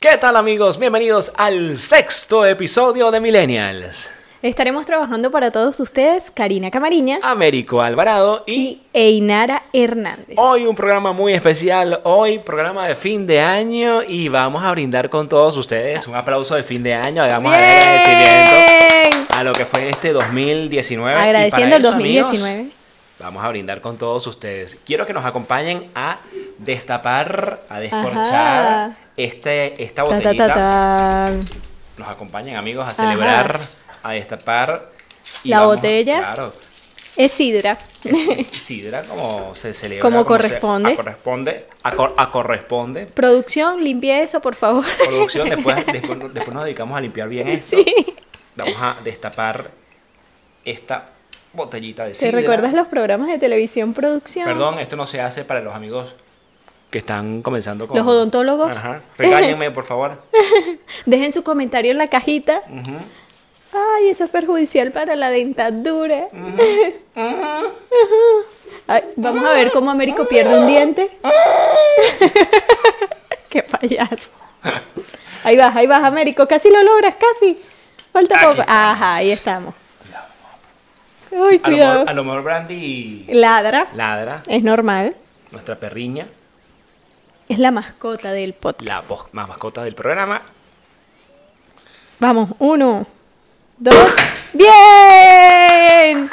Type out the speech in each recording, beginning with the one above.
¿Qué tal amigos? Bienvenidos al sexto episodio de Millennials. Estaremos trabajando para todos ustedes Karina Camariña Américo Alvarado y... y Einara Hernández. Hoy un programa muy especial, hoy programa de fin de año y vamos a brindar con todos ustedes un aplauso de fin de año, hagamos el agradecimiento Bien. a lo que fue este 2019. Y para Agradeciendo el eso, amigos, 2019. Vamos a brindar con todos ustedes. Quiero que nos acompañen a destapar, a descorchar Ajá. este, esta Ta, botellita. ta, ta, ta. Nos acompañen amigos a celebrar, Ajá. a destapar. La vamos a- botella. Claro. Es sidra. es sidra como se celebra. Como se- corresponde. a corresponde. A, cor- a corresponde. Producción, limpie eso, por favor. Producción, después, después, después nos dedicamos a limpiar bien esto. Sí. Vamos a destapar esta botellita de ¿Te sidra. recuerdas los programas de televisión producción? Perdón, esto no se hace para los amigos que están comenzando con... Los odontólogos. Ajá. Regáñenme, por favor. Dejen su comentario en la cajita. Ujú. Ay, eso es perjudicial para la dentadura. Ay, vamos a ver cómo Américo pierde un diente. Qué payaso. Ahí vas, ahí vas, Américo. Casi lo logras, casi. Falta Aquí poco. estamos. Ajá, ahí estamos. A, Ay, lo mejor, a cuidado. lo mejor Brandy Ladra. ladra, Es normal. nuestra perriña, Es la mascota del la podcast. voz más mascota del programa. Vamos, uno, dos. ¡Bien!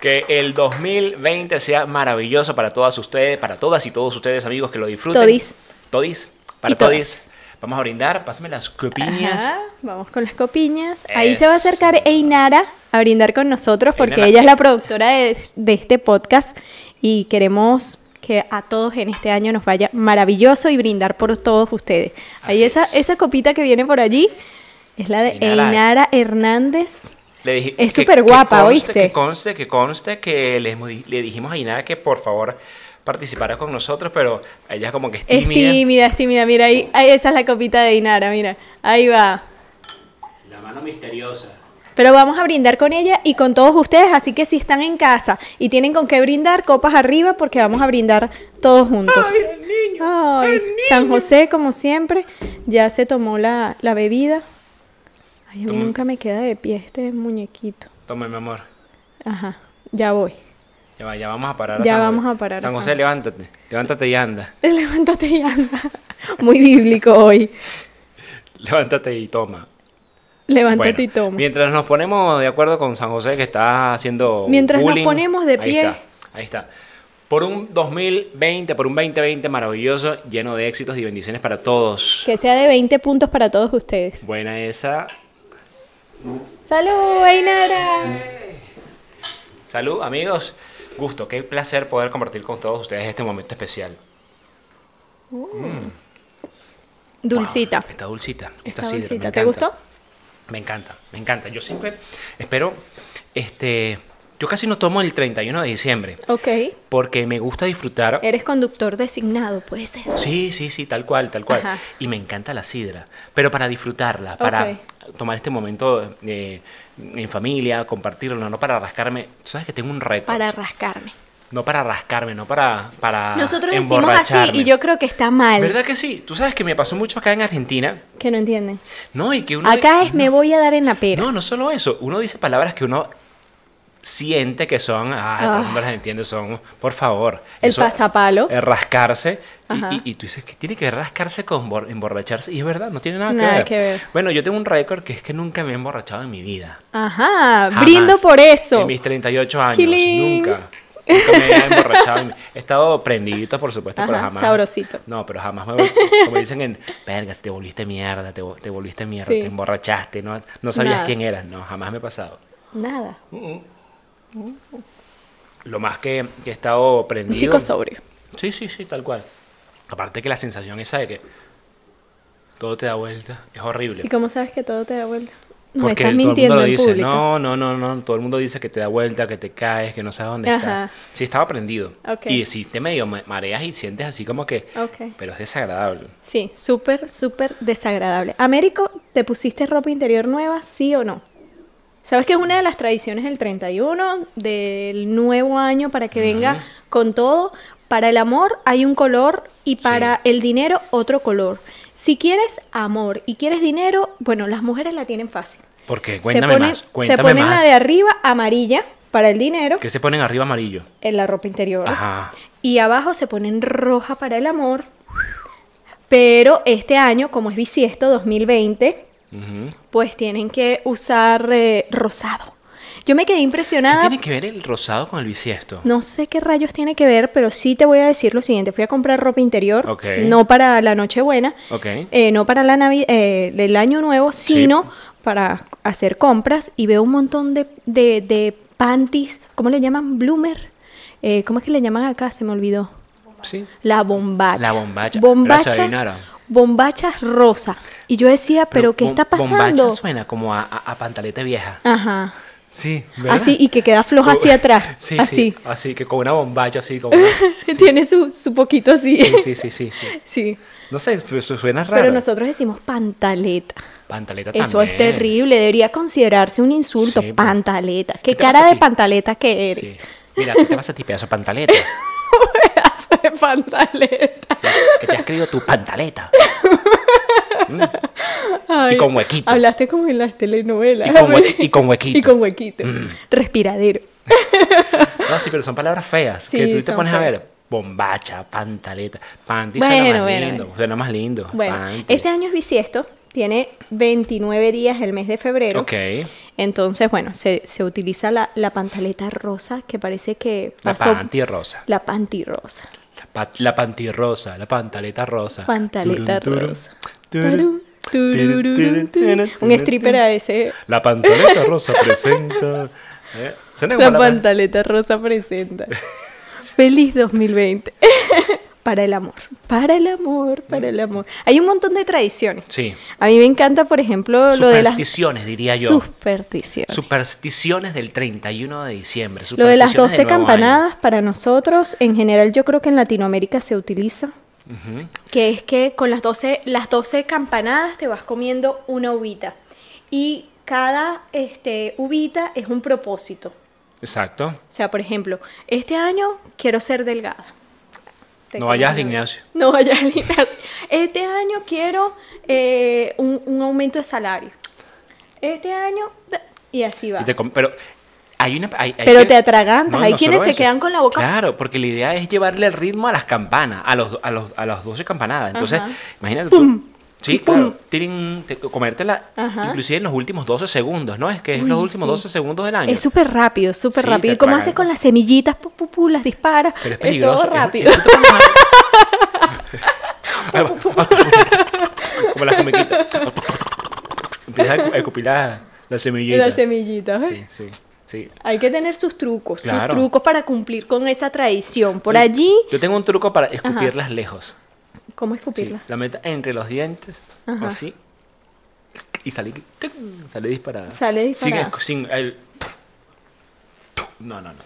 Que el 2020 sea maravilloso para todas ustedes, para todas y todos ustedes, amigos, que lo disfruten. Todis. Todis. Para Y todas. todis. Vamos a brindar. Pásame las copiñas. Ajá, vamos con las copiñas. Ahí se va a Eso. acercar Einara a brindar con nosotros porque Einara. ella es la productora de, de este podcast y queremos que a todos en este año nos vaya maravilloso y brindar por todos ustedes. Ahí Así esa, es. esa copita que viene por allí es la de Einara. Einara, Hernández. Le dije- Es que- súper guapa, que conste, ¿oíste? Que conste, que conste que le, hemos- le dijimos a Inara que por favor participara con nosotros, pero ella como que es Es tímida. tímida, es tímida. Mira, ahí, ahí- esa es la copita de Einara, mira. Ahí va. La mano misteriosa. Pero vamos a brindar con ella y con todos ustedes, así que si están en casa y tienen con qué brindar, copas arriba porque vamos a brindar todos juntos. Ay, San José, como siempre, ya se tomó la, la bebida. Ay, a mí Toma. nunca me queda de pie este muñequito. Toma, mi amor. Ajá, ya voy. Ya, va, ya vamos a parar. a Ya San vamos José. a parar a San San José, José. levántate. Levántate y anda. Levántate y anda. Muy bíblico hoy. Levántate y toma. Levántate y Bueno, toma. Mientras nos ponemos de acuerdo con San José que está haciendo. Mientras nos bullying, ponemos de pie. Ahí está, ahí está. Por un 2020, por un 2020 maravilloso, lleno de éxitos y bendiciones para todos. Que sea de 20 puntos para todos ustedes. Buena esa. ¡Salud, Ainara! Salud, amigos. Gusto, qué placer poder compartir con todos ustedes este momento especial. Dulcita. Wow, está dulcita. Está esta sidra, me dulcita. ¿Te encanta. gustó? Me encanta, me encanta. Yo siempre espero. Este. Yo casi no tomo el 31 de diciembre. Ok. Porque me gusta disfrutar. Eres conductor designado, puede ser. Sí, sí, sí, tal cual, tal cual. Ajá. Y me encanta la sidra, pero para disfrutarla, para tomar este momento eh, en familia, compartirlo, no para rascarme. Tú sabes que tengo un reto. Para rascarme. No para rascarme, no para, para Nosotros decimos así Ah, emborracharme. y yo creo que está mal. ¿Verdad que sí? Tú sabes que me pasó mucho acá en Argentina. Que no entienden. No, y que uno... Acá es me voy a dar en la pera. No, no solo eso. Uno dice palabras que uno siente que son... Ah, todo el Ah. mundo las entiende, son... Por favor. el Eso- pasapalo. eh, rascarse. y- Ajá. Y, y tú dices que tiene que ver rascarse con bor- emborracharse. Y es verdad, no tiene nada, Nada que, ver. que ver. Bueno, yo tengo un récord que es que nunca me he emborrachado en mi vida. Ajá, Jamás. brindo por eso. En mis 38 años. Chilín. Nunca. Nunca me he emborrachado. en mi- He estado prendidito, por supuesto, pero Ajá, jamás. sabrosito. No, pero jamás me. Como dicen en. Verga, te volviste mierda, te, vo- te volviste mierda, Sí. te emborrachaste, no, no sabías Nada. quién eras. No, jamás me ha pasado. Nada. Lo más que, que he estado Un prendido. chico sobrio. Sí, sí, sí, tal cual. Aparte que la sensación esa de que todo te da vuelta es horrible. ¿Y cómo sabes que todo te da vuelta? No, me Porque estás todo el mundo mintiendo lo en dice, público. no, no, no, no, todo el mundo dice que te da vuelta, que te caes, que no sabes dónde Ajá. estás. Sí, estaba prendido. Ok. Y si te medio ma- mareas y sientes así como que... Ok. Pero es desagradable. Sí, súper, súper desagradable. Américo, ¿te pusiste ropa interior nueva, sí o no? ¿Sabes que es una de las tradiciones del 31, del nuevo año, para que venga Ujú. con todo? Para el amor hay un color y para el dinero otro color. Si quieres amor y quieres dinero, bueno, las mujeres la tienen fácil. Porque se Eh, cuéntame ponen, más. Cuéntame se ponen más. la de arriba amarilla para el dinero ¿Qué se ponen arriba amarillo? en la ropa interior. Ajá. Y abajo se ponen roja para el amor. Pero este año, como es bisiesto 2020, Ujú. ¿Qué pues tienen que usar eh, rosado. Yo me quedé impresionada. tiene que ver el rosado con el bisiesto? No sé qué rayos tiene que ver, pero sí te voy a decir lo siguiente. Fui a comprar ropa interior, Ok. no para la Nochebuena, Ok. eh, no para la Navi- eh, el Año Nuevo, Sí. sino para hacer compras y veo un montón de, de, de panties, ¿cómo le llaman? Bloomer. Eh, ¿Cómo es que le llaman acá? Se me olvidó. Sí. La bombacha. La bombacha. Gracias, Bombachas, adivinara. bombachas rosa. Y yo decía, ¿pero, qué bom- está pasando? Bombacha suena como a, a- a pantaleta vieja. Ajá. Sí, Así, y que queda floja hacia atrás. Oh, Sí, sí, así. así, que con una bombacha así como... una- Tiene su, su poquito así. Sí, sí, sí, sí, sí. Sí. No sé, su- su- suena raro. Pero nosotros decimos pantaleta. Pantaleta Eso es también. terrible, debería considerarse un insulto. Sí, pues. pantaleta. ¿Qué, ¿Qué te cara pasa a de ti? pantaleta que eres? Sí. Mira, ¿qué te vas a ti, pedazo de pantaleta? Pedazo de pantaleta. Sí, que te has creído tu pantaleta. Ay, con huequito. Hablaste como en las telenovelas. Y con hue- y con huequito. Mm. Y con huequito. Respiradero. No, sí, pero son palabras feas. Sí, que tú te son pones a feas. ver. Bombacha, pantaleta. Panty suena Bueno, más bueno, lindo. bueno. Suena más lindo. Bueno, panty. este año es bisiesto. Tiene 29 días el mes de febrero. Ok. Entonces, bueno, se, se utiliza la, la pantaleta rosa que parece que La pasó- panty rosa. La panty rosa. La, pa- la panty rosa. La pantaleta rosa. Pantaleta Turun, turun, rosa. turun, turun, turun, turun, Un turun, stripper a ese. turun. La pantaleta rosa presenta. Eh, suena como La la- pantaleta rosa presenta. Feliz 2020. Para el amor, para el amor, para el amor. Hay un montón de tradiciones. Sí. A mí me encanta, por ejemplo, lo de las Supersticiones, diría yo. supersticiones. Supersticiones del 31 de diciembre. Lo de las supersticiones 12 del nuevo año. campanadas para nosotros, en general yo creo que en Latinoamérica se utiliza, Ujú. que es que con las 12, las 12 campanadas te vas comiendo una uvita y cada este, uvita es un propósito. Exacto. O sea, por ejemplo, este año quiero ser delgada. Te No vayas al comes una- gimnasio. No vayas al gimnasio. Este año quiero eh, un, un aumento de salario. Este año... Y así va. Y te com- pero hay una. hay- hay Pero que- te atragantas, hay quienes solo se quedan con la boca- Claro, porque la idea es llevarle el ritmo a las campanas, a los, a los, a las 12 campanadas. Entonces, Ajá. imagínate Pum. tú. Sí, Pum. claro. tienen- te- comértela Ajá. inclusive en los últimos 12 segundos, ¿no? Es que es Uy, los últimos sí. 12 segundos del año. Es súper rápido, súper Sí, rápido. te ¿Y cómo atragan. haces con las semillitas? Pu, pu, pu, las disparas. Pero es es peligroso. todo es- es- rápido. es- tú te pones a- Como las comiquitas. Empiezas a escupir la, la semillita. Las semillitas. ¿eh? Sí, sí, sí. Hay que tener sus trucos, sus Claro. trucos para cumplir con esa tradición. Por Yo- allí, Yo tengo un truco para escupirlas lejos. ¿cómo Sí, escupirla? la meta entre los dientes, Ajá. así. Y sale, ¡tum! sale disparada. Sale Sin disparada. escu- Sin, el- No, no, no.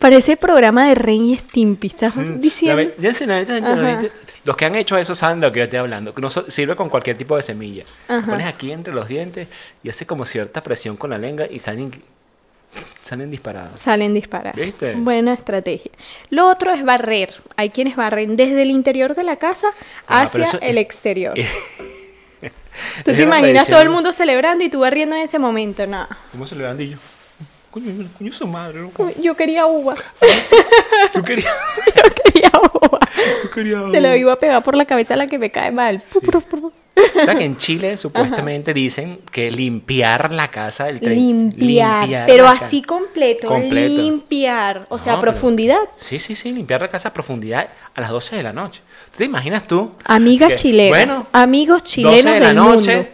Parece programa de Ren y Stimpy, ¿estás Mm. La diciendo? me- ya sé, la meta entre los Ajá. dientes. Los que han hecho eso saben de lo que yo estoy hablando. que No so- sirve con cualquier tipo de semilla. Lo Ajá. pones aquí entre los dientes y hace como cierta presión con la lengua y salen, salen disparadas. Salen disparadas. ¿Viste? Buena estrategia. Lo otro es barrer. Hay quienes barren desde el interior de la casa Ah, hacia pero eso el es- exterior. es Tú es te una imaginas todo tradición. el mundo celebrando y tú barriendo en ese momento. No, ¿Cómo se levantan y yo? Coño, coño su madre, loco. yo quería uva. Yo quería. Yo quería uva. Yo quería Se lo iba a pegar por la cabeza a la que me cae mal. ¿Sabes que en Chile supuestamente dicen que limpiar la casa del tren- Limpiar, limpiar pero la ca- así completo, Completo. limpiar, o sea, No, a pero- profundidad. Sí, sí, sí, limpiar la casa a profundidad a las 12 de la noche. ¿Tú te imaginas tú? Amigas que, chilenas, bueno, amigos 12 chilenos de la del noche, mundo.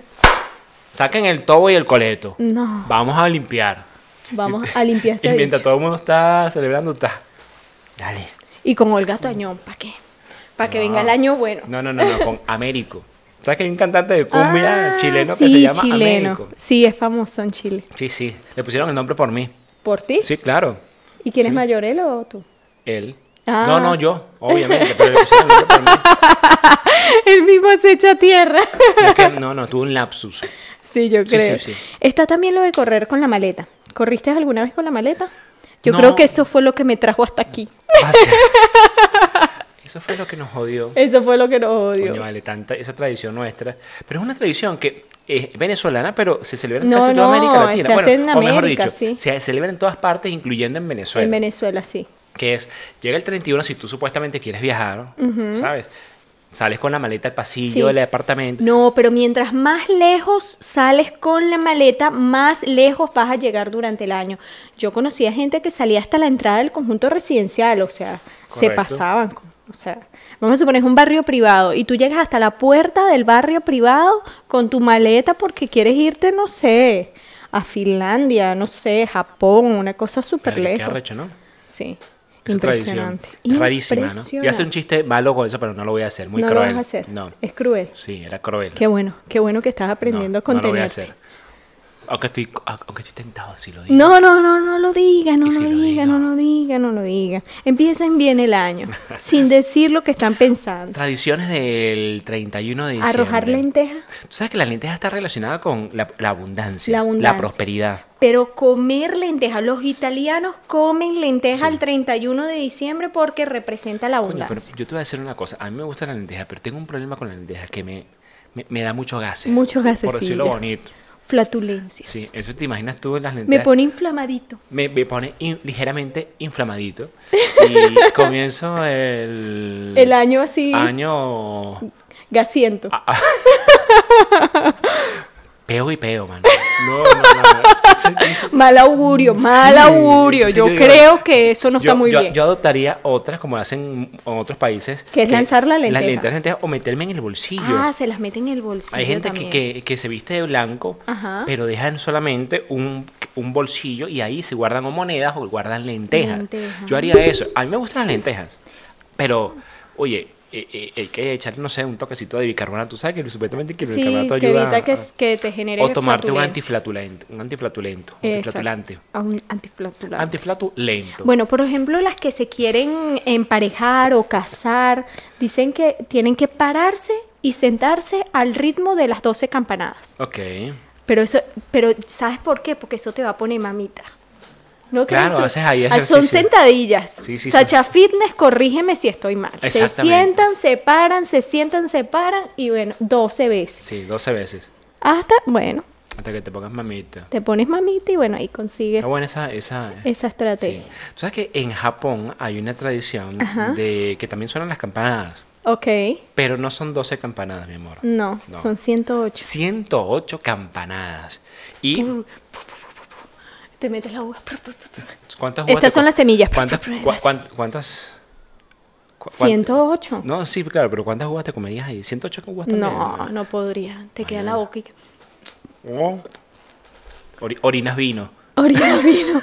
saquen el tobo y el coleto. No. Vamos a limpiar. Vamos a limpiar Y ese mientras bicho. todo el mundo está celebrando, está. Dale. Y con Olga Tañón, ¿para qué? Para que No. venga el año bueno. No, no, no, no, con Américo. ¿Sabes que hay un cantante de cumbia Ah, chileno que sí, se llama chileno. Américo? Sí, es famoso en Chile. Sí, sí, le pusieron el nombre por mí. ¿Por ti? Sí, claro. ¿Y quién es mayor, él o tú? Él. Ah. No, no, yo, obviamente, pero le pusieron el nombre por mí. el mismo se echa tierra. Es que- no, no, tuve un lapsus. Sí, yo Sí, creo. sí, sí. Está también lo de correr con la maleta. ¿Corriste alguna vez con la maleta? Yo No. creo que eso fue lo que me trajo hasta aquí. Pase. Eso fue lo que nos jodió. Eso fue lo que nos odió. Coño, vale, tanta esa tradición nuestra. Pero es una tradición que es venezolana, pero se celebra en No, casi toda no, América Latina. se bueno, hace en o mejor América, dicho, sí. se celebra en todas partes, incluyendo en Venezuela. En Venezuela, sí. que es, llega el 31, si tú supuestamente quieres viajar, ¿sabes? Sales con la maleta al pasillo Sí. del apartamento. No, pero mientras más lejos sales con la maleta, más lejos vas a llegar durante el año. Yo conocía gente que salía hasta la entrada del conjunto residencial, o sea, se Correcto. pasaban. con- o sea, vamos a suponer es un barrio privado y tú llegas hasta la puerta del barrio privado con tu maleta porque quieres irte, no sé, a Finlandia, no sé, Japón, una cosa súper Verga, Qué lejos. arrecho, ¿no? Sí. Esa tradición. Impresionante. Es rarísima, ¿no? Impresionante. Y hace un chiste malo con eso, pero no lo voy a hacer. Muy no cruel. lo vas a hacer. No. Es cruel. Sí, era cruel. Qué bueno, qué bueno que estás aprendiendo No, a contenerte. No lo voy a hacer. Aunque estoy, ah, aunque estoy tentado, si lo digo. No, no, no, no lo diga, no ¿Y si lo lo diga, no digo? lo diga, no lo diga. Empiecen bien el año, sin decir lo que están pensando. Tradiciones del 31 de diciembre. Arrojar lentejas, Tú sabes que la lenteja está relacionada con la, la abundancia, La abundancia. prosperidad. pero comer lentejas. Los italianos comen lentejas el 31 de diciembre porque representa la Coño, pero abundancia. yo te voy a decir una cosa. A mí me gusta la lenteja, pero tengo un problema con la lenteja que me, me, me da mucho gases. Mucho Por decirlo gasecillo. bonito. Flatulencias. Sí, eso te imaginas tú en las lentejas. Me pone inflamadito. me, me pone in- ligeramente inflamadito. Y comienzo el. El año así, Año. Ah. gasiento. Peo y peo, mano. No, no, no. no. Sí, sí. Mal augurio, mal Sí, augurio. entonces digo, Yo creo que eso no yo- está muy yo- bien. Yo adoptaría otras, como hacen en otros países. Que es lanzar la Las lenteja. lentejas, lentejas, o meterme en el bolsillo. Ah, se las mete en el bolsillo. Hay gente que, también. que- que se viste de blanco, Ajá. pero dejan solamente un, un bolsillo y ahí se guardan o monedas o guardan lentejas. Lentejas. Yo haría eso. A mí me gustan las lentejas, pero, oye, eh, eh, hay que echar, no sé, un toquecito de bicarbonato. Tú sabes que supuestamente que el Sí, bicarbonato que ayuda evita que, a- s- que te genere o tomarte un flatulencia. antiflatulento, un antiflatulento, un Exacto, antiflatulante. a un antiflatulante. Antiflatulento. Bueno, por ejemplo, las que se quieren emparejar o casar, dicen que tienen que pararse y sentarse al ritmo de las 12 campanadas. Ok. Pero eso, pero ¿sabes por qué? Porque eso te va a poner mamita. ¿No crees Claro, tú? haces ahí Ah, Son ejercicio. sentadillas. Sí, sí, Sacha Fitness, corrígeme si estoy mal. Se Exactamente. sientan, se paran, se sientan, se paran y bueno, 12 veces. Sí, 12 veces. Hasta, bueno, Hasta que te pongas mamita. te pones mamita y bueno, ahí consigues Está buena esa... esa... esa estrategia. Sí. Tú sabes que en Japón hay una tradición Ajá. de que también suenan las campanadas, Ok, pero no son 12 campanadas, mi amor. no, No. son 108. 108 campanadas. ¿Y Te metes la uva. cuántas uvas Estas te son co- las semillas. ¿Cuántas? Las- cua- cuan- ¿Cuántas? cu- cuan- 108. No, sí, claro, pero ¿cuántas uvas te comerías ahí? 108 uvas también. No, no podría. Te queda la Mañana. boca y... Oh. Ori- orinas vino. Orina vino.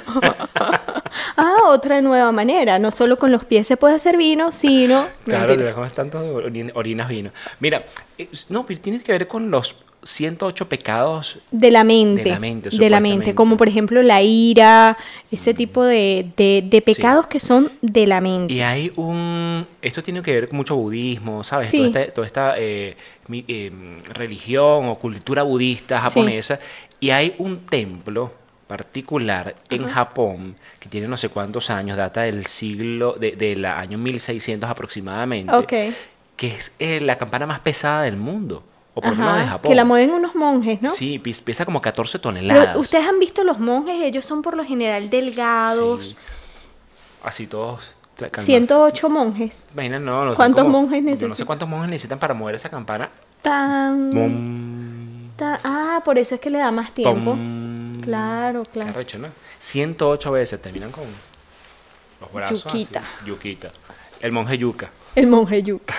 ah, otra nueva manera. No solo con los pies se puede hacer vino, sino... Claro, Mentira. te comes tanto ori- orinas vino. Mira, eh, no, pero tienes que ver con los 108 pecados De la mente. De la mente, de la mente, supuestamente. Como por ejemplo la ira, ese tipo de, de- de pecados que son de la mente. Y hay un... Esto tiene que ver con mucho budismo, ¿sabes? Sí. Toda esta, toda esta, eh, mi- em, religión o cultura budista japonesa. Y hay un templo particular en Japón que tiene no sé cuántos años, data del siglo, de- del año 1600 aproximadamente, Ok. que es eh, la campana más pesada del mundo, o por lo menos de Ajá, Japón. que la mueven unos monjes, ¿no? Sí, pes- pesa como 14 Pero toneladas. ustedes han visto los monjes, ellos son por lo general delgados. Sí. Así todos... tra- calmados. 108 monjes. Imagina, no, no son ¿Cuántos como- monjes yo No sé necesitan? Mm. cuántos monjes necesitan para mover esa campana. Tan, Pum, tan- ah, por eso es que le da más tiempo. pum. Claro, Qué claro. arrecho, ¿no? 108 veces terminan con los brazos. así, Yuquita. yuquita. El monje yuca. El monje yuca.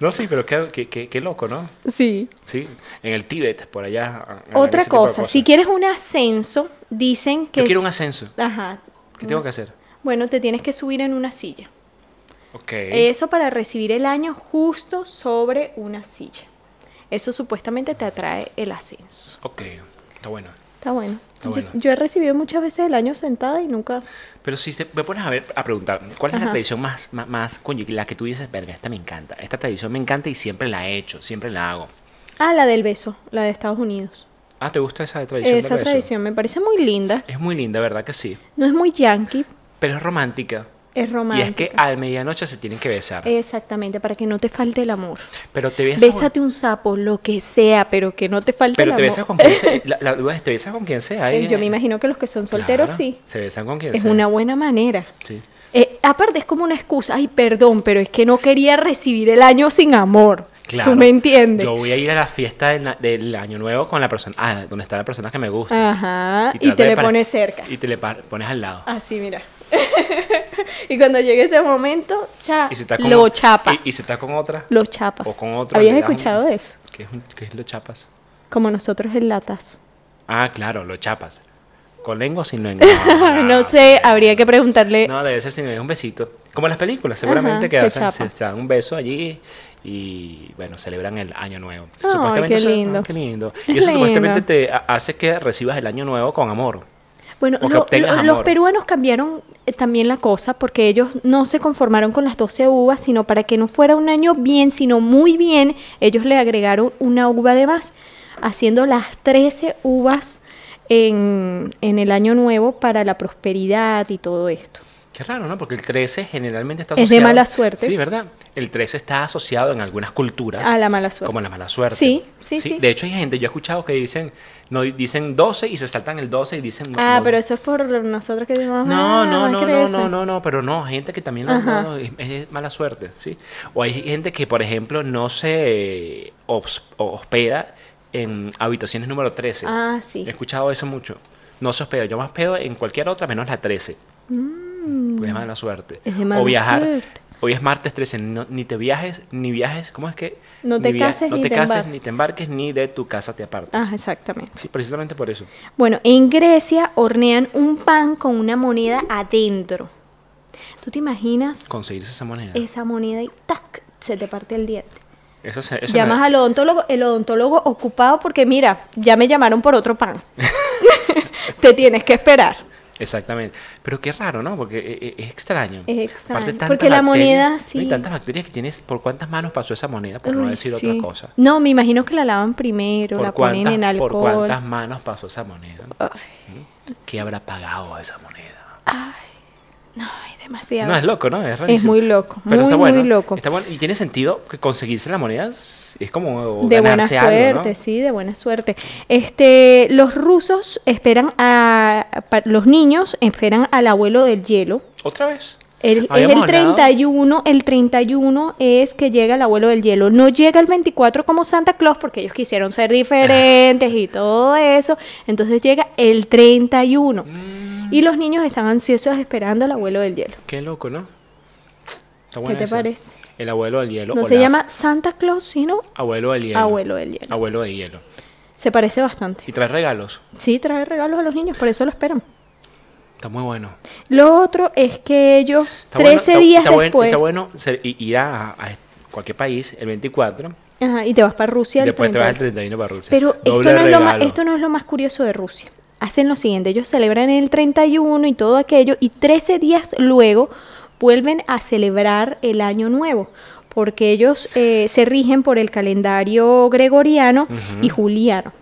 No, sí, pero qué, qué- qué- qué loco, ¿no? Sí. Sí, en el Tíbet, por allá. a- a- Otra ese tipo de cosa, cosas. si quieres un ascenso, dicen que... Yo quiero es- un ascenso. Ajá. ¿Qué tengo que hacer? Bueno, te tienes que subir en una silla. Ok. Eso para recibir el año justo sobre una silla. Eso supuestamente te atrae el ascenso. Ok, está bueno. Está bueno. Está Yo- bueno. Yo, he recibido muchas veces el año sentada y nunca... Pero si se- me pones a ver, a preguntar, ¿cuál es Ajá. la tradición más, más, más, coño, la que tú dices, verga, esta me encanta, esta tradición me encanta y siempre la he hecho, siempre la hago? Ah, la del beso, la de Estados Unidos. Ah, ¿te gusta esa tradición? del Esa beso? tradición me parece muy linda. Es muy linda, ¿verdad que sí? No es muy yankee. Pero es romántica. Es romántico. Y es que ah. a medianoche se tienen que besar. Exactamente, para que no te falte el amor. Pero te besas. Eh, Bésate un sapo, lo que sea, pero que no te falte pero el te amor. besas con quien sea. La, la duda es, ¿te besas con quien sea? Eh, ahí, Yo me eh? imagino que los que son solteros Claro, sí. Se besan con quien Es sea. una buena manera. Sí. Eh, aparte es como una excusa, ay, perdón, pero es que no quería recibir el año sin amor. Claro. ¿Tú me entiendes? Yo voy a ir a la fiesta del, na- del año nuevo con la persona, ah, donde está la persona que me gusta. Ajá, y, trato te de le pare- pones cerca. Y te le pa- pones al lado. Así, Ah, mira. y cuando llegue ese momento, cha, Y si está con- Ah, lo chapas. Y, y si está con otra. Lo chapas. o con otro, ¿Habías le das un- escuchado de eso? ¿Qué es, un- qué es lo chapas? Como nosotros el latazo. Ah, claro, lo chapas. ¿Con lengua o sin lengua? no sé, habría que preguntarle. Ah. No, debe ser sin lengua, un besito. Como en las películas, seguramente Ajá, que se hacen, se, chapa. se dan un beso allí y, bueno, celebran el año nuevo. Ay, qué eso- lindo. ah, qué lindo. Qué Y eso supuestamente lindo. te ha- hace que recibas el año nuevo con amor. Bueno, o que lo- obtengas lo- los amor. peruanos cambiaron eh, también la cosa porque ellos no se conformaron con las 12 uvas, sino para que no fuera un año bien, sino muy bien, ellos le agregaron una uva de más, haciendo las 13 uvas en, en el año nuevo para la prosperidad y todo esto. Qué raro, ¿no? Porque el 13 generalmente está Es de asociado... mala suerte. Sí, ¿verdad? El 13 está asociado en algunas culturas. A Ah, la mala suerte. Como la mala suerte. Sí, sí, sí. De hecho, hay gente, yo he escuchado que dicen, no, dicen 12 y se saltan el 12 y dicen... no, ah, no, pero eso es por nosotros que decimos. No, "Ah, no, no, no, crece". no, no, no, pero no, gente que también lo- Ajá. no, es, es mala suerte, ¿sí? O hay gente que, por ejemplo, no se hos- hospeda en habitaciones número 13. Ah, sí. He escuchado eso mucho. No se hospeda, yo me hospedo en cualquier otra menos la 13. Pues es mala suerte. Es de mala o viajar. suerte. Hoy es martes 13, no- ni te viajes, ni viajes, ¿cómo es que? No Ni te via- cases no ni te te cases, embar- ni te embarques, ni de tu casa te apartes. Ah, exactamente. Sí, precisamente por eso. Bueno, en Grecia hornean un pan con una moneda adentro. ¿Tú te imaginas Conseguirse esa moneda. esa moneda y tac, se te parte el diente? Eso se- eso me- Llamas al odontólogo, el odontólogo ocupado porque mira, ya me llamaron por otro pan. te tienes que esperar. Exactamente. Pero qué raro, ¿no? Porque e- e- es extraño. Es Aparte, extraño, tantas porque la moneda, bacterias- no, y sí. tantas bacterias que tienes. ¿Por cuántas manos pasó esa moneda? Por no Uy, decir sí. otra cosa. No, me imagino que la lavan primero, ¿Por la ponen en cuántas, por alcohol. cuántas manos pasó esa moneda? Ay, ¿Qué habrá pagado esa moneda? no, es demasiado. No, es loco, ¿no? Es, rarísimo. muy loco, Pero muy, está muy bueno. loco. Está bueno. Y tiene sentido que conseguirse la moneda es como de buena ganarse suerte, algo, ¿no? sí, de buena suerte. Este, los rusos esperan a, pa- los niños esperan al abuelo del hielo. ¿Otra vez? El, es Habíamos el hablado- 31, el 31 es que llega el abuelo del hielo. No llega el 24 como Santa Claus porque ellos quisieron ser diferentes y todo eso. Entonces llega el 31 Mm, y los niños están ansiosos esperando al abuelo del hielo. qué loco, ¿no? Está buena te esa. parece? El abuelo del hielo. No se Olaf. llama Santa Claus, sino Abuelo del hielo. abuelo del hielo. Abuelo de hielo. Se parece bastante. Y trae regalos. Sí, trae regalos a los niños, por eso lo esperan. Está muy bueno. Lo otro es que ellos Está bueno, 13 está- días está bueno- después. está bueno ser- i- ir a, a cualquier país el 24 Ajá, y te vas para y Rusia el después te 30. vas el 31 para Rusia. Pero esto Doble no, es lo más, regalo. esto no es lo más curioso de Rusia. Hacen lo siguiente, ellos celebran el 31 y todo aquello y 13 días luego vuelven a celebrar el año nuevo porque ellos eh, se rigen por el calendario gregoriano Ujú. y juliano.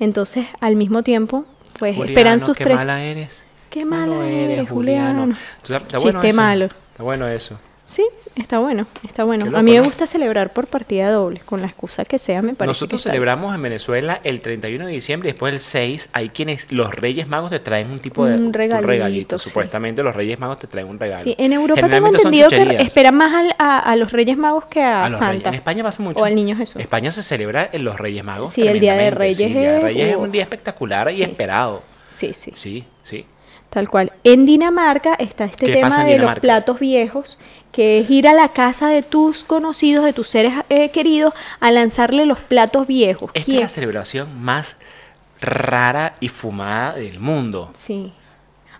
Entonces, al mismo tiempo, pues Juliano, esperan sus qué tres... mala eres. Qué mala eres, Juliano. Está, está Chiste bueno eso. malo. Está bueno eso. Sí, está bueno, está bueno. Qué loco, a mí me ¿no? gusta celebrar por partida doble, con la excusa que sea, me parece. que Nosotros está celebramos en Venezuela el 31 de diciembre y después el 6 hay quienes, los Reyes Magos te traen un tipo de Un regalito, sí. Supuestamente los Reyes Magos te traen un regalo. bien. Sí, en Europa tengo Generalmente son entendido que chucherías. esperan más al- a, a los Reyes Magos que a, A los Reyes. Santa. En España pasa mucho. O al Niño Jesús. España se celebra en los Reyes Magos. Sí, el Día de tremendamente, sí, Reyes el Día de es- Reyes es uh, un día espectacular y sí. esperado. Sí, sí, Sí, sí. tal cual. En Dinamarca está este ¿Qué pasa tema en de los Dinamarca? platos viejos, que es ir a la casa de tus conocidos, de tus seres eh, queridos, a lanzarle los platos viejos. Esta ¿Quién? es la celebración más rara y fumada del mundo. Sí.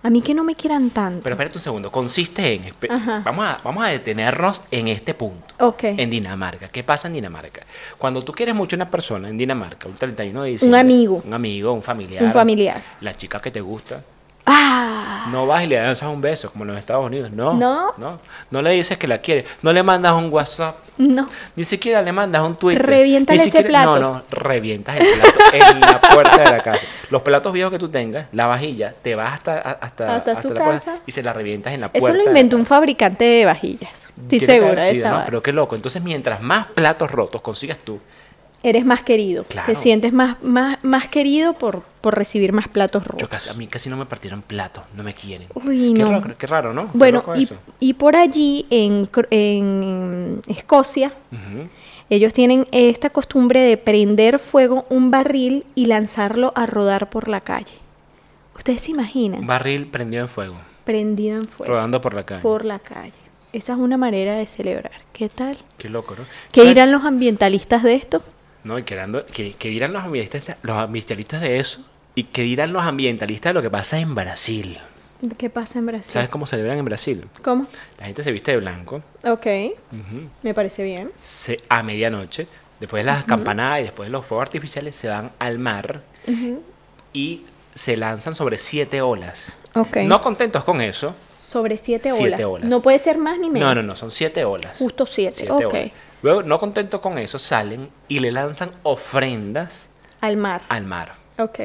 A mí que no me quieran tanto. Pero espérate un segundo, consiste en... espe- Ajá. Vamos a, vamos a detenernos en este punto. Ok. En Dinamarca. ¿Qué pasa en Dinamarca? Cuando tú quieres mucho a una persona en Dinamarca, un 31 de Un diciembre... amigo. Un amigo, un familiar. Un familiar. La chica que te gusta. Ah. No vas y le lanzas un beso, como en los Estados Unidos. No. No. No, No le dices que la quieres. No le mandas un WhatsApp. No. Ni siquiera le mandas un Twitter. Reviéntale Ni ese plato. No, no. Revientas el plato en la puerta de la casa. Los platos viejos que tú tengas, la vajilla, te vas hasta, a- hasta, Hasta su la puerta casa. y se la revientas en la Eso puerta. lo de la inventó casa. un fabricante de vajillas. Estoy Tiene que haber segura de sido, esa. ¿no? vaina. Pero qué loco. Entonces, mientras más platos rotos consigas tú, Eres más querido. Te Claro. sientes más, más, más querido por, por recibir más platos rotos. yo casi, a mí casi no me partieron platos, no me quieren. Uy, qué, no. raro, qué raro, ¿no? Qué Bueno, loco y, eso. y por allí, en, Cro- en Escocia, Ujú. ellos tienen esta costumbre de prender fuego un barril y lanzarlo a rodar por la calle. ¿Ustedes se Un imaginan? barril prendido en fuego, Prendido en fuego rodando por la calle. por la calle. Esa es una manera de celebrar. ¿Qué tal? Qué loco, ¿no? ¿Qué ¿Sabes? dirán los ambientalistas de esto? No, y que, eran lo- que- que dirán los ambientalistas, los ambientalistas de eso y que dirán los ambientalistas de lo que pasa en Brasil. ¿Qué pasa en Brasil? ¿Sabes cómo celebran en Brasil? ¿Cómo? La gente se viste de blanco Ok, ujú, me parece bien. se- a medianoche, después de las campanadas y después de los fuegos artificiales, se van al mar y se lanzan sobre siete olas. Ok. No contentos con eso. Sobre siete, Siete olas. olas. No puede ser más ni menos. No, no, no, son siete olas. Justo siete. Siete ok. olas. Luego, no contentos con eso, salen y le lanzan ofrendas Al mar. al mar. Ok.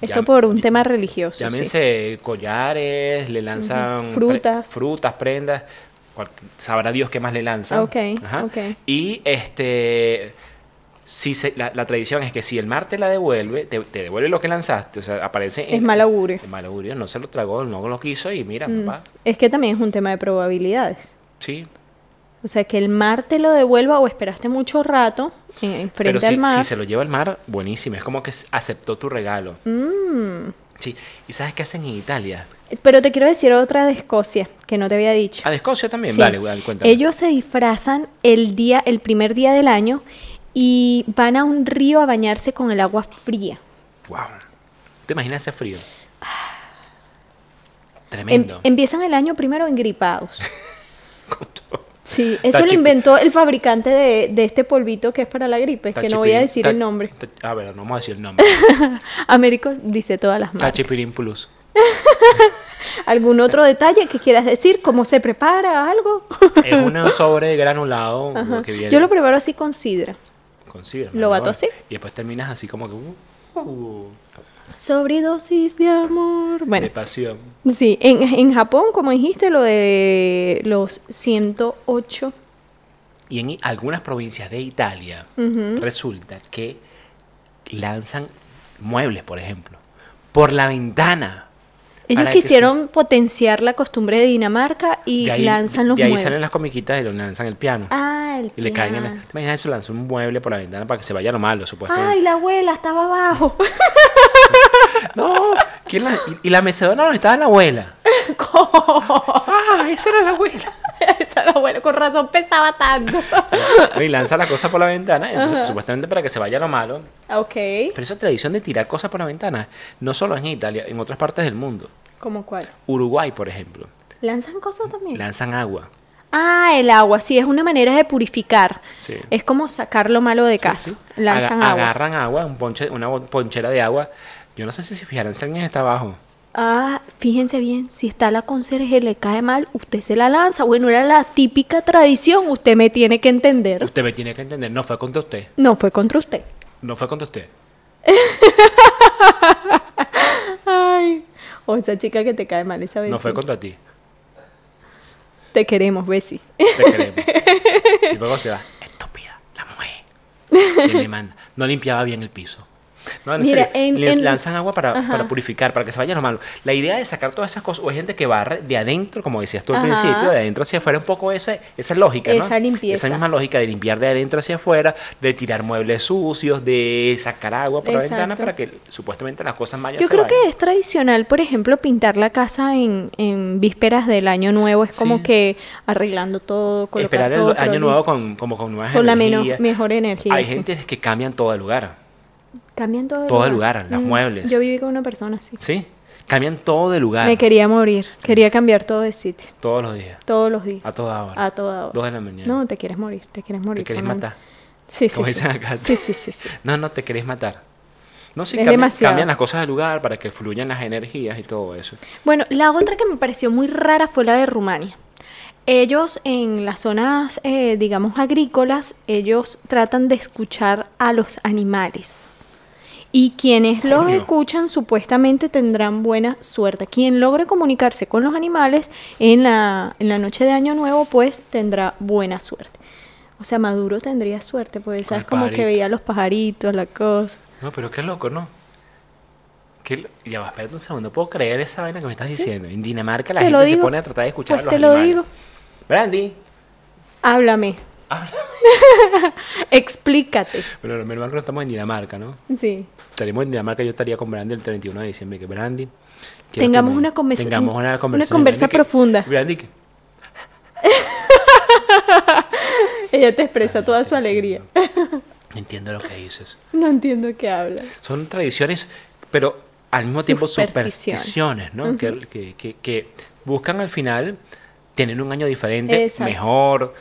Esto Llam- por un tema religioso. sí. Llámense collares, le lanzan pre- Frutas. frutas, prendas, cual- sabrá Dios qué más le lanzan. Ok, ok. Y este, si se- la, la tradición es que si el mar te la devuelve, te, te devuelve lo que lanzaste, o sea, aparece... Es mal augurio. Es mal augurio, no se lo tragó, no lo quiso y mira, Mm. papá, Es que también es un tema de probabilidades. sí. O sea, que el mar te lo devuelva o esperaste mucho rato en, en frente Pero si, al mar. si se lo lleva el mar, buenísimo, es como que aceptó tu regalo. Mm. Sí, ¿y sabes qué hacen en Italia? Pero te quiero decir otra de Escocia que no te había dicho. Ah, de Escocia también, Sí. vale, dale, cuéntame. Ellos se disfrazan el día, el primer día del año y van a un río a bañarse con el agua fría. Wow. ¿Te imaginas ese frío? Em- Tremendo. empiezan el año primero engripados. Con todo. Sí, eso lo Tachi- inventó el fabricante de, de este polvito que es para la gripe, que no voy a Tachipirín- decir ta- el nombre. ta- A ver, no vamos a decir el nombre. Américo dice todas las marcas. Tachipirín Plus. ¿Algún otro detalle que quieras decir? ¿Cómo se prepara algo? Es un sobre granulado Ajá. que viene. Yo lo preparo así con sidra. con sidra, lo bato ¿no? así. Y después terminas así como que. uh, uh, Sobredosis de amor. Bueno, De pasión. sí, en, en Japón, como dijiste, lo de los 108. Y en i- algunas provincias de Italia Ujú. resulta que lanzan muebles, por ejemplo, por la ventana. Ellos para que se- quisieron potenciar la costumbre de Dinamarca y de ahí- lanzan los de ahí muebles. salen las comiquitas y lo lanzan el piano. Ah, el Y le caen en la... piano. ¿Te imaginas eso? Lanzó un mueble por la ventana para que se vaya lo malo, supuestamente. Ay, la abuela estaba abajo. ¡No! ¿Quién la- Y, y la mecedora donde estaba la abuela. ¡Ah! Esa era la abuela. Esa era buena, con razón pesaba tanto. No, Y lanza la cosa por la ventana, entonces, supuestamente para que se vaya lo malo. ok. Pero esa tradición de tirar cosas por la ventana, no solo en Italia, en otras partes del mundo. ¿Cómo cuál? Uruguay, por ejemplo, ¿Lanzan cosas también? lanzan agua. Ah, el agua, sí, es una manera de purificar. Sí. Es como sacar lo malo de Sí, casa. sí. Lanzan Aga- agua. Agarran agua, un ponche- una bo- ponchera de agua. Yo no sé si se fijarán si alguien está abajo. Ah, fíjense bien, si está la conserje le cae mal, usted se la lanza. Bueno, era la típica tradición, usted me tiene que entender. Usted me tiene que entender, no fue contra usted. No fue contra usted. No fue contra usted. Ay, o esa chica que te cae mal esa vez. No fue contra ti. Te queremos, Bessie. Te queremos. Y luego se va. Estúpida, la mujer. Y le manda. No limpiaba bien el piso. No, en Mira, serio, en- les en- lanzan agua para, Ajá. para purificar, para que se vaya lo malo. La idea de sacar todas esas cosas, o hay gente que barre de adentro, como decías tú al Ajá. principio, de adentro hacia afuera, un poco esa, esa lógica, ¿no? Esa limpieza. Esa misma lógica de limpiar de adentro hacia afuera, de tirar muebles sucios, de sacar agua por la ventana Exacto. para que supuestamente las cosas mayas Yo se creo vayan. que es tradicional, por ejemplo, pintar la casa en, en vísperas del año nuevo. Es como Sí. que arreglando todo, colocar Esperar el todo año prolijo, nuevo con, como con nuevas con la meno- energías. mejor energía. Hay sí. gente que cambian todo el lugar. Cambian todo de todo el lugar, los muebles. Yo viví con una persona así. ¿Sí? Cambian todo de lugar. Me quería morir. Quería cambiar todo de sitio. Todos los días. Todos los días. A toda hora. A toda hora. Dos de la mañana. No, te quieres morir. Te quieres morir. quieres Fernando. matar. Sí, sí. Como sí. dicen acá. Sí, sí, sí. sí. No, no te querés matar. No, sí, Es cambian, demasiado. cambian las cosas de lugar para que fluyan las energías y todo eso. Bueno, la otra que me pareció muy rara fue la de Rumania. Ellos en las zonas, eh, digamos, agrícolas, ellos tratan de escuchar a los animales. Y quienes los Coño. escuchan supuestamente tendrán buena suerte. Quien logre comunicarse con los animales en la, en la noche de Año Nuevo, pues tendrá buena suerte. O sea, Maduro tendría suerte, pues, Con ¿sabes? el Como que pajarito. veía los pajaritos, la cosa. No, pero qué loco, ¿no? Qué lo- Ya va, espérate un segundo. ¿Puedo creer esa vaina que me estás diciendo? En Dinamarca la Te lo gente se digo. pone a tratar de escuchar Pues a los te lo animales. digo. Brandy. Háblame. Ah, Explícate. Pero menos mal que no estamos en Dinamarca, ¿no? Sí. Estaremos en Dinamarca, yo estaría con Brandy el 31 de diciembre. Que Brandy. quiero que Tengamos me- una conversa- Tengamos una una conversación. conversa Brandy, que- profunda. Brandy, que- Ella te expresa toda su alegría. Entiendo lo que dices. No entiendo qué habla. Son tradiciones, pero al mismo tiempo Supersticiones. supersticiones, ¿no? Que- que, que- que buscan al final tener un año diferente, Exacto. mejor,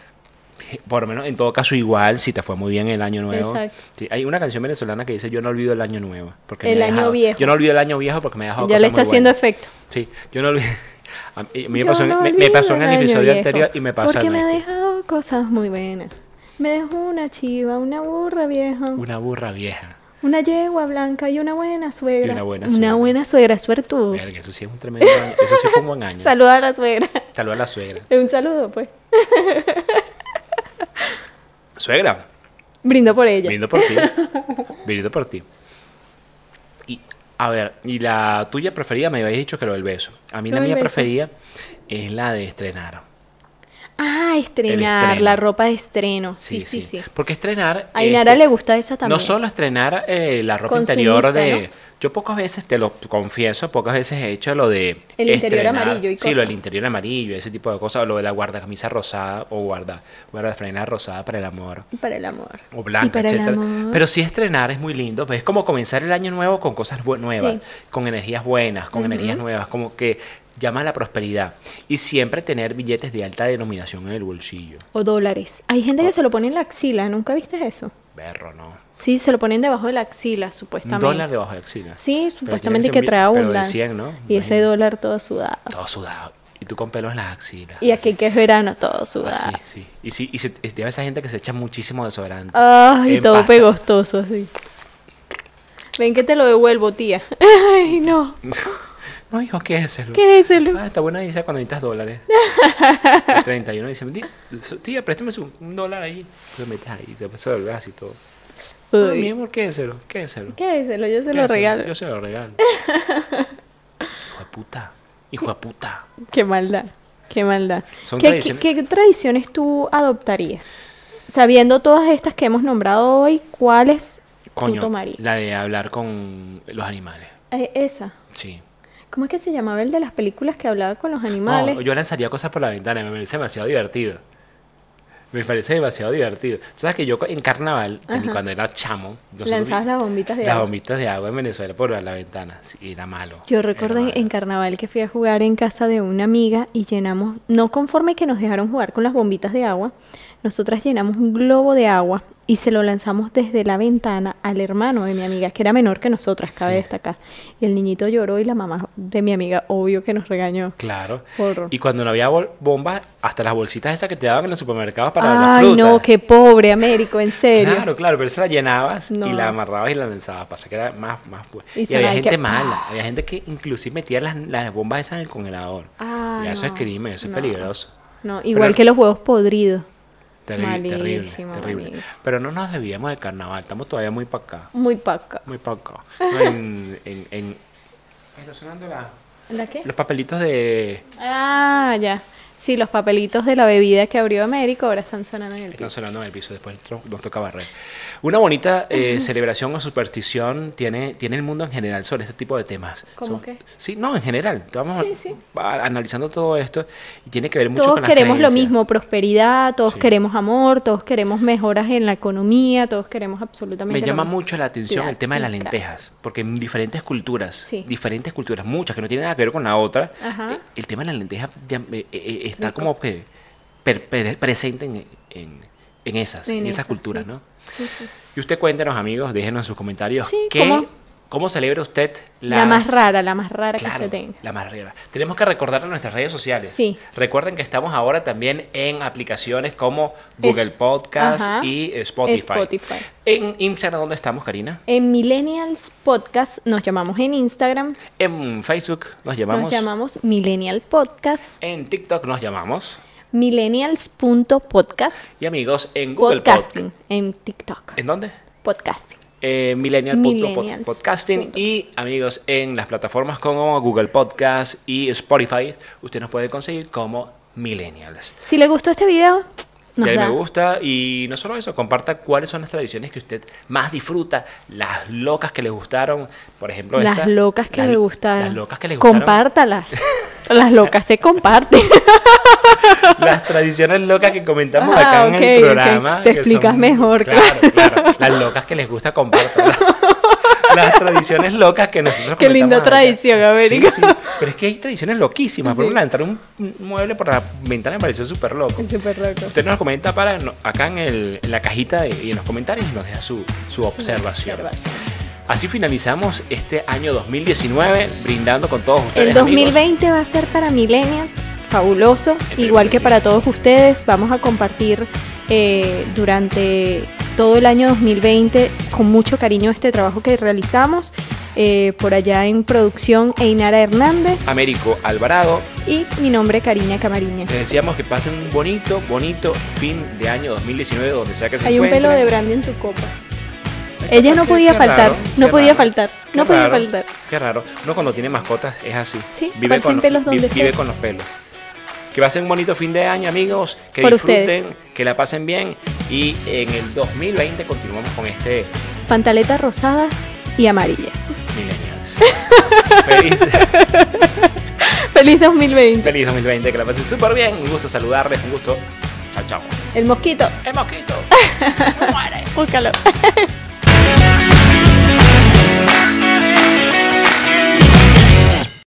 je- por lo menos en todo caso igual, si te fue muy bien el año nuevo. Exacto. Sí, hay una canción venezolana que dice yo no olvido el año nuevo. Porque El me ha año dejado- viejo. Yo no olvido el año viejo porque me ha dejado ya cosas le está muy haciendo buenas. efecto. Sí, yo no olvido. A mí- me, Yo pasó, en- no me- me pasó en el olvido año episodio viejo, anterior y me pasa Porque en me ha este. dejado cosas muy buenas. Me dejó una chiva, una burra vieja, una, Una burra vieja. yegua blanca y una buena suegra. una buena Una suegra. buena suegra, suertudo. Verga, eso sí es un tremendo año. Eso sí fue un buen año. Saluda a la suegra. Saluda a la suegra. Un saludo, pues. Suegra, Brindo por ella. brindo por ti. Brindo por ti. Y, a ver, y la tuya preferida me habías dicho que lo del beso. A mí Lo la del mía beso. preferida es la de estrenar. Ah, estrenar, estreno. la ropa de estreno. Sí, sí, sí. Porque estrenar. A este, Inara le gusta esa también. No solo estrenar eh, la ropa Consumista, interior de... ¿no? Yo pocas veces, te lo confieso, pocas veces he hecho lo de... El interior estrenar- amarillo y Sí, lo cosas. del interior amarillo, ese tipo de cosas, o lo de la guardacamisa rosada o guarda, guardafrena rosada para el amor. Para el amor. O Y blanca, para el etcétera. amor. Pero sí estrenar es muy lindo. pues, Es como comenzar el año nuevo con cosas bu- nuevas, Sí. con energías buenas, con energías nuevas, como que llama a la prosperidad. Y siempre tener billetes de alta denominación en el bolsillo. O dólares. Hay gente que se lo pone en la axila, ¿nunca viste eso? Berro, ¿no? Sí, se lo ponen debajo de la axila, Un supuestamente. dólar debajo de la axila. Sí, Pero supuestamente tiene que ser trae bi- pero de abundancia. 100, ¿no? Y ese Imagínate. dólar todo sudado. Todo sudado. Y tú con pelo en las axilas. Y aquí que es verano, todo Así, sudado. sí. Y sí, y se, y te ve esa gente que se echa muchísimo desodorante. Ay, En todo pasta. pegostoso, así. Ven que te lo devuelvo, tía. Ay, no. No, hijo, ¿qué es eso? ¿Qué es el... Ah, está buena dice cuando necesitas dólares. El 31 dice, "Di- so- tía, préstame su- un dólar ahí. Lo metes ahí, te pasó el brazo y todo. No, mi Uy. amor, quédeselo, quédeselo. ¿Qué es el? Yo se lo quédeselo, regalo. Yo se lo regalo. hijo de puta, hijo de puta. Qué maldad, qué maldad. Son ¿Qué, tradiciones- qué- qué tradiciones tú adoptarías? Sabiendo todas estas que hemos nombrado hoy, ¿cuáles tú Coño, tomarías? la de hablar con los animales, Eh, esa. sí. ¿Cómo es que se llamaba el de las películas que hablaba con los animales? No, yo lanzaría cosas por la ventana, me parece demasiado divertido. Me parece demasiado divertido. Sabes que yo en carnaval, en- Ajá. cuando era chamo, nosotros Lanzabas vi- las bombitas de las agua. bombitas de agua en Venezuela por la ventana. Sí, era malo. Yo era recuerdo en, malo. en carnaval que fui a jugar en casa de una amiga y llenamos, no conforme que nos dejaron jugar con las bombitas de agua, nosotras llenamos un globo de agua y se lo lanzamos desde la ventana al hermano de mi amiga, que era menor que nosotras, cabe Sí. destacar. Y el niñito lloró y la mamá de mi amiga, obvio que nos regañó. Claro. Por- Y cuando no había bol- bombas, hasta las bolsitas esas que te daban en los supermercados para las Ay, frutas. no, qué pobre Américo, en serio. Claro, claro, pero esa la llenabas No. y la amarrabas y la lanzabas. Pasa que era más, más fu- Y Y, sonaba había que ¡ah! gente ¡pah! mala. Había gente que inclusive metía las, las bombas esas en el congelador. Ah, y eso no, es crimen, eso no. es peligroso. No, igual Pero- que los huevos podridos. Terrible, Malísimo, terrible, terrible. malísimo. Pero no nos debíamos del carnaval, estamos todavía muy para acá. Muy paca. Muy para acá. En, en, en... Está sonando la- ¿La qué? los papelitos de... Ah, ya. Sí, los papelitos de la bebida que abrió Américo ahora están sonando en el Están piso. sonando en el piso, después tro- nos toca barrer. Una bonita eh, celebración o superstición tiene, tiene el mundo en general sobre este tipo de temas. ¿Cómo Son- qué? Sí, no, en general. Estamos Sí, sí. a- analizando todo esto y tiene que ver mucho Todos con las queremos lo creencias. mismo, prosperidad, todos Sí. queremos amor, todos queremos mejoras en la economía, todos queremos Me absolutamente lo llama mismo. mucho la atención La el tema de las pica. lentejas, porque en diferentes culturas, Sí. diferentes culturas, muchas que no tienen nada que ver con la otra, Ajá. eh, el tema de las lentejas ya, eh, eh, está como que per- per- presente en, en- en esas, en, esas esa, culturas, sí. ¿no? Sí, sí. Y usted cuéntenos, amigos, déjenos en sus comentarios Sí, qué, ¿cómo- ¿cómo? ¿Cómo celebra usted La más rara, la más rara que Claro, usted tenga. la más rara. Tenemos que recordar a nuestras redes sociales. Sí. Recuerden que estamos ahora también en aplicaciones como Google Es- Podcast Ajá. y eh, Spotify. Spotify. En Instagram, ¿dónde estamos, Karina? En Millennials Podcast nos llamamos en Instagram, En Facebook nos llamamos. nos llamamos Millennial Podcast, En TikTok nos llamamos. millennials.podcast, Y amigos, en Google podcasting, Podcast. en TikTok, ¿En dónde? podcasting. Eh, millennial punto pod- Millennials. Podcasting y amigos en las plataformas como Google Podcast y Spotify, usted nos puede conseguir como Millennials. Si le gustó este video, nos Dale da. me gusta y no solo eso, comparta cuáles son las tradiciones que usted más disfruta, las locas que le gustaron, por ejemplo. Las esta, locas que las- le gustaron. Las locas que le gustaron. Compártalas. Las locas se comparten. Las tradiciones locas que comentamos Ah, acá ok, en el ok. programa. Te que explicas mejor, Claro, claro. Las locas que les gusta compartan. Las tradiciones locas que nosotros Qué linda comentamos acá. tradición, América. Sí, sí. Pero es que hay tradiciones loquísimas. Por Sí. ejemplo, entrar un un mueble por la ventana me pareció súper loco. Es súper loco. Usted nos comenta para no- acá en, el- en la cajita de- y en los comentarios y nos deja su, su observación. Así finalizamos este año 2019 brindando con todos ustedes. El amigos. 2020 va a ser para millennials fabuloso, Esperemos igual que que sí. para todos ustedes. Vamos a compartir eh, durante todo el año 2020 con mucho cariño este trabajo que realizamos eh, por allá en producción Einara Hernández Américo Alvarado, y mi nombre Karina Camariña. les decíamos que pasen un bonito, bonito fin de año 2019 donde sea que se Hay un pelo de Pues encuentren. Brandy en tu copa. Ella no Qué- podía qué faltar, raro, no qué podía raro, faltar, qué no podía raro, faltar. Qué raro. No cuando tiene mascotas es así. Sí, aparecen los- pelos vi- donde vive sea. con los pelos. Que pasen un bonito fin de año, amigos. Que Por disfruten, que la pasen bien. Y en el 2020 continuamos con este Pantaleta rosada y amarilla. Millennials. feliz, Feliz 2020. feliz 2020, que la pasen súper bien. Un gusto saludarles, un gusto. Chao, chao. El mosquito, El mosquito. búscalo.